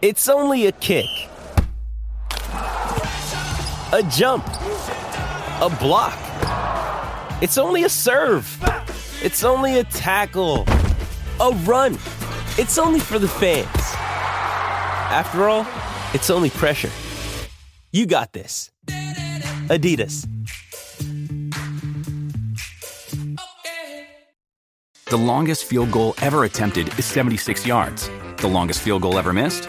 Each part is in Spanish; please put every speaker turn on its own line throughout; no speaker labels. It's only a kick, a jump, a block. It's only a serve. It's only a tackle, a run. It's only for the fans. After all, it's only pressure. You got this. Adidas.
The longest field goal ever attempted is 76 yards. The longest field goal ever missed?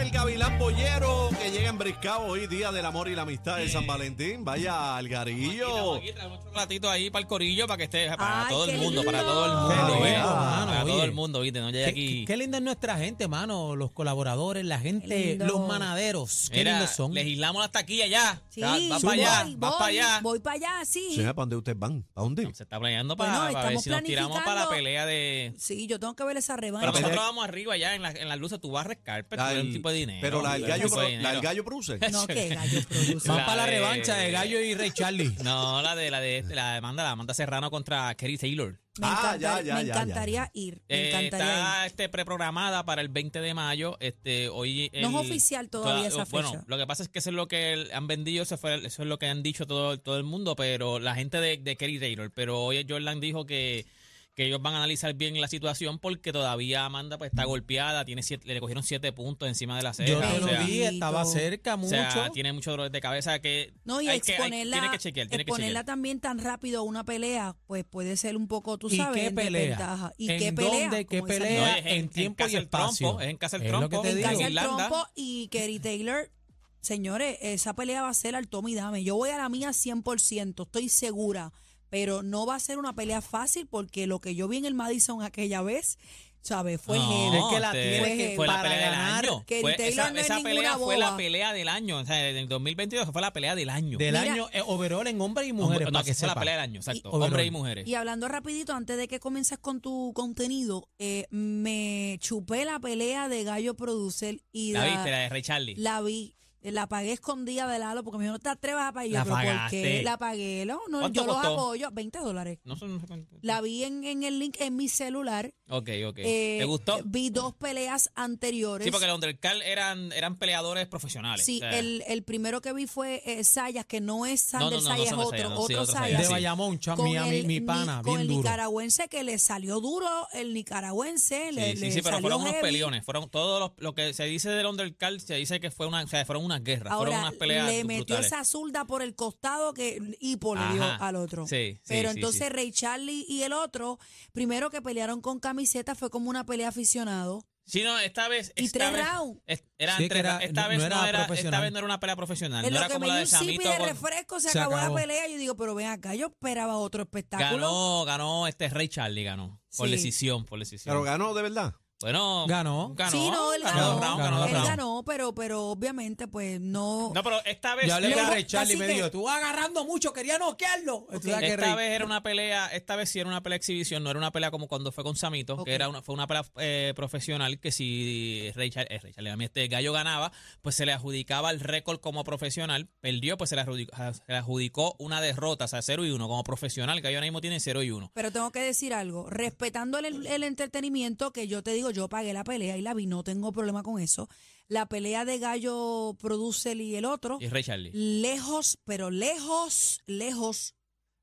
el Gavilán Bollero, que llega en Briscao hoy, Día del Amor y la Amistad de San Valentín. Vaya
Estamos
Algarillo.
aquí, traemos otro platito ahí para el corillo, para que esté, para
Ay,
todo
qué
el mundo, para
lindo.
todo el
Qué
mundo, ¿eh?
lindo,
mano,
Para todo
oye.
el mundo, ¿viste? No llegue
Qué,
aquí.
qué- qué linda es nuestra gente, mano. Los colaboradores, la
Qué
gente,
lindo.
los manaderos. Qué
Mira,
lindos son.
legislamos las taquillas ya.
Sí,
Ya, vas
voy,
para allá,
voy,
vas para allá.
Voy para allá, sí.
Señora, ¿para dónde ustedes van? ¿Para dónde?
Se está planeando para,
Bueno,
para ver
estamos
si nos tiramos para la
planificando.
pelea de...
Sí, yo tengo que ver esa
Pero
revancha.
pelea-
nosotros vamos arriba ya en, la- en las luces, tú barres carpet, tú
La
eres
del-
un tipo de dinero.
Pero la del
tú
gallo,
eres un tipo de
pro- la del
dinero.
gallo produce.
No, que gallo produce.
Van
la
para la
de-
revancha de Gallo y Ray Charlie.
No, la de la de la demanda, la demanda Serrano contra Kerry Taylor.
Me,
Ah, ya,
encantar-
ya,
me
ya,
encantaría ir. Me
Eh,
encantaría ir.
está este, preprogramada para el 20 de mayo. Este, hoy
No es
el- oh,
oficial todavía esa
Bueno,
fecha.
lo que pasa es que eso es lo que el- han vendido, eso, fue- eso es lo que han dicho todo, todo el mundo, pero la gente de, de Kerry Taylor. Pero hoy Jordan dijo que, que ellos van a analizar bien la situación porque todavía Amanda pues, está golpeada, tiene siete- le cogieron siete puntos encima de la ceja.
Yo
o
te lo
sea,
vi, estaba cerca
o
mucho.
sea, tiene mucho dolor de cabeza que
No, y
hay que- hay-
exponerla,
tiene que chequear, tiene que
exponerla
chequear.
también tan rápido a una pelea, pues puede ser un poco, tú
¿Y
sabes,
qué
en
pelea?
desventaja. ¿Y
¿En
qué pelea?
dónde? ¿Qué
Como esa-
pelea?
No, es en-
en,
en
tiempo
Casa
y
del Trompo,
espacio.
es en Casa del
Es lo
Trompo.
que te
En
En
digo.
Casa del
Irlanda.
Trompo y Kerry Taylor, señores, esa pelea va a ser al tome y dame. Yo voy a la mía 100%, estoy segura, pero no va a ser una pelea fácil porque lo que yo vi en el Madison aquella vez, ¿sabes? Fue
No,
heavy.
Es que la
este,
tiene
Pues que-
fue la
para
pelea del
ganar,
año.
que el
Fue-
Taylor
esa
no es
esa
ninguna
pelea fue la
boba.
pelea del año. O sea, en el 2022 fue la pelea del año.
Del
Mira-
año eh, overall en hombres y
Hombre-
mujeres.
no,
para que
fue la
sepa.
pelea del año, exacto.
Y-
Hombres y
overall.
mujeres.
Y hablando rapidito, antes de que comiences con tu contenido, eh, me chupé la pelea de Gallo Producer y
la
da-
viste, la de Ray Charlie.
la vi. La pagué escondida de Lalo porque me dijo, no te atrevas a pagar.
La
Yo, pero ¿por
pagaste.
qué? La pagué. No, no,
¿Cuánto
yo los
costó?
apoyo. 20 dólares.
no son,
La vi en, en el link en mi celular.
ok, ok.
Eh,
¿Te gustó?
Vi dos peleas anteriores.
Sí, porque los Undercard eran, eran peleadores profesionales.
Sí,
o sea,
el, el primero que vi fue eh, Sayas, que no es
No, no, no,
Sander
no
Sayas,
Sander
otro,
Sayas, no, sí,
otro
otro
Sayas.
De
Sí.
Bayamón,
con
chami, a mi,
el
mi
ni-
pana,
con
bien
el
duro.
nicaragüense que le salió duro, el nicaragüense le,
sí, sí,
le
sí, pero
salió
fueron unos
heavy.
peleones. Fueron todos los, lo que se dice del Undercard, se dice que fue una, o sea, fueron unas guerras,
Ahora
fueron unas peleas
le metió
brutales.
esa zurda por el costado que Hipo le dio
Ajá.
al otro.
Sí, sí,
pero
sí,
entonces
sí.
Ray Charlie y el otro, primero que pelearon con camiseta, fue como una pelea aficionado.
Sí, no, esta vez.
Y
esta
tres
vez-
rounds.
es- eran
Sí, que
tres
era-
rounds. esta
no-
vez
no
no
era
era, esta
profesional.
vez no era una pelea profesional. no
En lo
era
que
como
me
la
dio
de
un sipi
Samito
de
con-
refresco, se,
Se
acabó,
acabó.
la pelea. Yo digo, pero ven acá, yo esperaba otro espectáculo.
Ganó, ganó este Ray Charlie, ganó. Por
Sí.
decisión, por decisión.
Pero ganó, de verdad.
bueno,
Ganó.
ganó.
sí, no, él ganó.
dos rounds, ganó dos
él
rounds.
ganó, pero, pero obviamente, pues no.
No, pero esta vez.
Yo hablé con
era-
Ray Charlie y me
Cacique.
dijo, tú vas agarrando mucho, quería noquearlo. Tú sabes que
Esta
Ray-
vez era una pelea, esta vez sí era una pelea exhibición, no era una pelea como cuando fue con Samito,
Ok.
que era una, fue una pelea eh, profesional que si Richard, eh, Richard, a mí este gallo ganaba, pues se le adjudicaba el récord como profesional, perdió, pues se le adjudicó, se le adjudicó una derrota, o sea, 0 y 1 como profesional, gallo ahora mismo tiene 0 y 1.
Pero tengo que decir algo, respetando el, el entretenimiento, que yo te digo, yo pagué la pelea y la vi, no tengo problema con eso. La pelea de Gallo Producer y el otro,
Y Ray Charlie.
lejos, pero lejos, lejos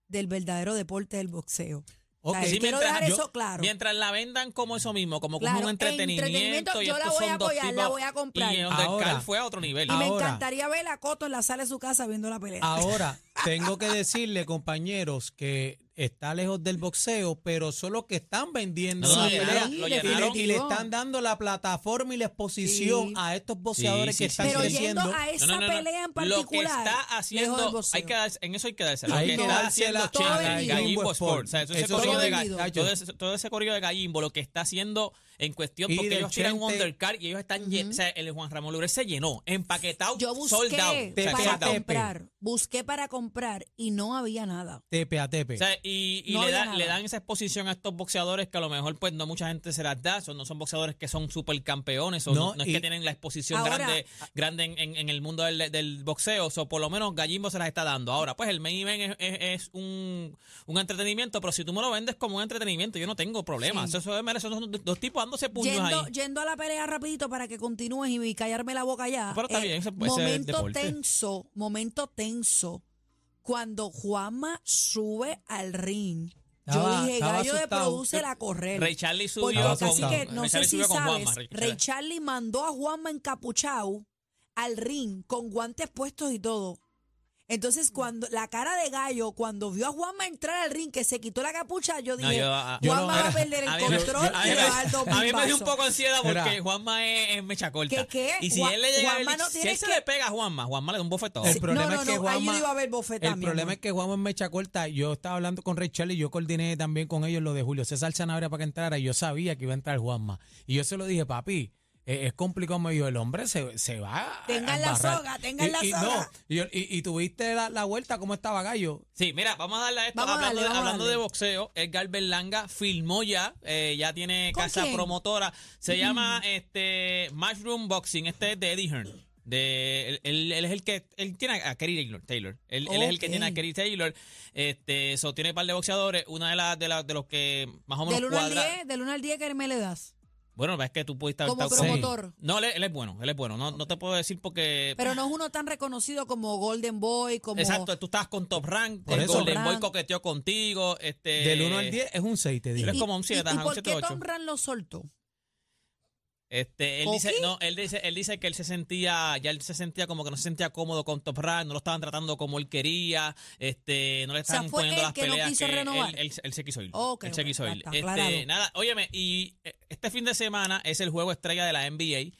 del verdadero deporte del boxeo. O sea,
Ok.
Sí,
quiero
mientras-
dejar
yo-
eso claro.
Mientras la vendan como eso mismo, como como
Claro,
un entretenimiento,
entretenimiento,
y
yo la
estos
voy
son
a
dos
apoyar, la
tipos-
voy a comprar.
Y Undercard
Ahora.
fue a otro nivel.
y me
Ahora.
encantaría ver a Coto en la sala de su casa viendo la pelea.
Ahora, tengo que decirle, compañeros, que está lejos del boxeo, pero son los que están vendiendo
No,
la
lo llenaron,
pelea.
lo
Y le-
llenaron.
y, le, están dando la plataforma y la exposición
Sí.
a estos boxeadores
Sí, sí,
que
sí,
están
Pero
sí.
creciendo.
yendo a esa pelea en particular.
Lo que está
lejos del
haciendo,
boxeo.
hay que darse- en eso hay que darse. Lo
Ahí
que
no,
está
dársela
haciendo
todo
China,
vendido.
Gallimbo Sport. O sea, eso
Todo
ese corillo de
vendido.
ga- todo ese- todo ese corillo de Gallimbo, lo que está haciendo en cuestión,
Y
porque
de
ellos tiran un
gente-
undercard y ellos están llen- O sea, el Juan Ramón Lure se llenó, empaquetado,
Yo
sold out. O
busqué
sea,
Tepe
para
sold out.
Tepe.
comprar, busqué para comprar y no había nada.
Tepe a tepe.
O sea, y, y
No
le,
había
da-
nada.
le dan esa exposición a estos boxeadores que a lo mejor pues no mucha gente se las da, son, no son boxeadores que son supercampeones, o no,
No,
no es que
y-
tienen la exposición
Ahora-
grande grande en, en- en el mundo del, del boxeo, o por lo menos Gallimbo se las está dando. Ahora, pues el main event es, es- es un, un entretenimiento, pero si tú me lo vendes como un entretenimiento, yo no tengo problema.
Sí.
Eso, eso es- mira, esos son dos, dos tipos dándose puños
Yendo,
ahí.
yendo a la pelea rapidito para que continúes y callarme la boca ya. eh,
Pero está bien, ese- ese es
momento
deporte.
tenso, momento tenso. Cuando Juanma sube al ring, yo
Estaba-
dije,
estaba
gallo de
asustado.
produce la correr.
Ray Charlie subió
Porque
Estaba
casi
asustado.
que no
Ray
sé
Charlie
si
subió con
sabes,
Juanma, Ray Charlie.
Ray Charlie mandó a Juanma encapuchado al ring con guantes puestos y todo.
Mm.
Entonces, cuando la cara de gallo, cuando vio a Juanma entrar al ring, que se quitó la capucha, yo
No,
dije,
yo, ah,
yo
Juanma
no-
va a perder el
a mí me-
control
a mí
y
me-
le va a dar dos
A mí me dio un
bombazos".
poco de ansiedad porque
Mira.
Juanma es, es mecha corta.
¿Qué, qué?
Y si
Juan-
él le llega
Juanma
el-
no
si
tiene
él se
que-
le pega a Juanma, Juanma le da un bofetón.
El
Sí,
problema
no,
es
no,
que
no, ahí
Juanma-
no iba a haber bofetón.
El problema es que Juan es mecha corta. Yo estaba hablando con Ray Charlie, yo coordiné también con ellos lo de Julio César Sanabria para que entrara y yo sabía que iba a entrar Juanma. Y yo se lo dije, papi, eh, es complicado, me dijo, el hombre se, se va. a-
Tengan
a
la
embarrar".
soga, tengan
Y-
la
y
soga.
no, y, yo- y- y tuviste la, la vuelta, ¿cómo estaba Gallo?
Sí, mira, vamos a darle a esto.
Vamos a
hablando
darle,
de,
vamos a
hablando de
darle.
boxeo, Edgar Berlanga filmó ya, eh, ya tiene
¿Con
casa
quién?
promotora. Se llama este Mushroom Boxing, este es de Eddie Hearn. De, él, él- él es el que él tiene a Kerry Taylor. Taylor. Él, él es el que
Ok.
tiene a Kerry Taylor. Este, so, tiene un par de boxeadores. Una de las de, las de los que más o menos
Del 1 al
cuadra-
10, del 1 al 10, que me le das?
Bueno, es que tú pudiste haber
Como
estado-
promotor.
No, él, él es bueno, él es bueno. No, no te puedo decir porque.
Pero no es uno tan reconocido como Golden Boy, como...
exacto, tú estabas con Top Rank.
Por
el
eso.
Golden
Top
Boy
Rank.
coqueteó contigo. Este,
Del 1 al 10 es un 6, te digo.
es como un siete,
¿Y,
ajá, un
por
siete,
qué
ocho.
Tom Rand lo soltó?
Este, él
¿Ok?
dice, no, él dice, él dice que él se sentía, ya él se sentía como que no se sentía cómodo con Top Rank, no lo estaban tratando como él quería, este, no le
sea,
estaban
fue
poniendo
él
las
que no
peleas
quiso
que él-
renovar.
Él, él se quiso ir.
Ok,
él se
ok,
quiso
está-
ir.
está
Este,
aclarado.
nada, óyeme, y eh, este fin de semana es el juego estrella de la NBA.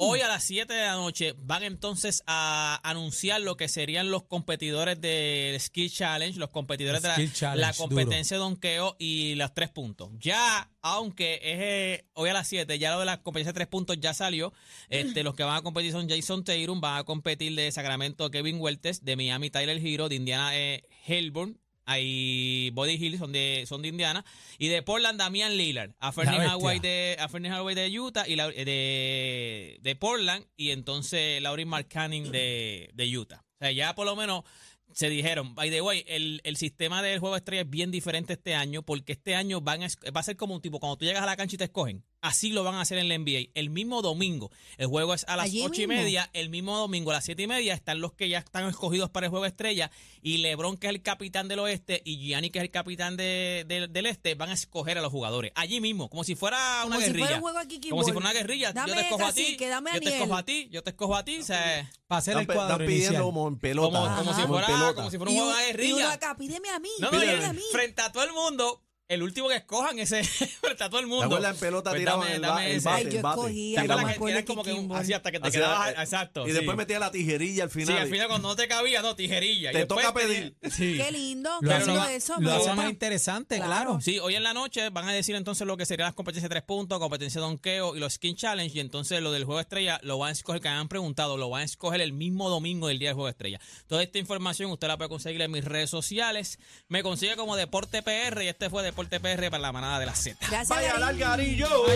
Hoy a las 7 de la noche van entonces a anunciar lo que serían los competidores del Skill Challenge, los competidores de
Skill
la,
Challenge,
la
duro.
competencia de donkeo y los tres puntos. Ya, aunque es eh, hoy a las 7, ya lo de la competencia de tres puntos ya salió. Este, los que van a competir son Jason Tatum, van a competir de Sacramento Kevin Huertes, de Miami Tyler Hero, de Indiana eh, Helburn. Ahí Body Hill son de, son de Indiana. Y de Portland, Damian Lillard. A Fernie
bestia.
Hawaii de, a Fernie Hathaway de Utah y la- eh, de, de Portland. Y entonces Laurie Mark de, de Utah. O sea, ya por lo menos se dijeron, by the way, el, el sistema del juego de estrella es bien diferente este año porque este año van a es- va a ser como un tipo, cuando tú llegas a la cancha y te escogen, así lo van a hacer en la NBA, el mismo domingo. El juego es a las
Allí
ocho y
mismo.
media, el mismo domingo a las siete y media están los que ya están escogidos para el juego de estrella y LeBron, que es el capitán del oeste, y Gianni, que es el capitán de- de- del este, van a escoger a los jugadores, allí mismo, como si fuera
Como
una
si fuera
guerrilla.
un juego de kicking
como si
ball.
fuera una guerrilla, yo
Dame,
te escojo a ti,
cacique, dame a
yo te escojo
Aniel.
a ti, yo te escojo a ti, o sea,
Para hacer
Están,
el
pe-
cuadro
están pidiendo
inicial.
como en pelota.
como, como
Ajá.
si
Como en
fuera,
pelota.
como si fuera
Y
un juego
un-
de
Y uno
guerrilla.
acá, pídeme a mí,
No, no,
pídeme
y
a mí.
frente a todo el mundo, el último que escojan ese, frente a todo el
¿Te
mundo.
acuerdas en pelota
Pues
tiraban
dame-
el,
dame
ba- el
ese.
bate?
Ay,
el
yo
bate.
escogía,
Tiraban-
¿Te acuerdas
me
que
acuerdo
era
de
como que
Kicking
un-
Ball.
así hasta que te
Así
quedabas,
era, eh,
exacto.
Y
sí.
después metía la tijerilla al final.
Sí, al final cuando no te cabía, no, tijerilla. Y
Te
después
toca
te-
pedir.
Sí.
Qué lindo,
Lo
qué
Pero
hace
no
lindo
va-
más-
eso.
lo
me
hace
gusta.
más interesante,
Claro.
claro.
Sí, hoy en la noche van a decir entonces lo que serían las competencias de tres puntos, competencia de donkeo y los skin challenge. Y entonces lo del juego de estrella lo van a escoger, que han preguntado, lo van a escoger el mismo domingo del día del juego de estrella. Toda esta información usted la puede conseguir en mis redes sociales. Me consigue como Deporte PR y este fue Deporte PR para la manada de la Z.
Gracias,
Vaya
Garín.
al algarillo.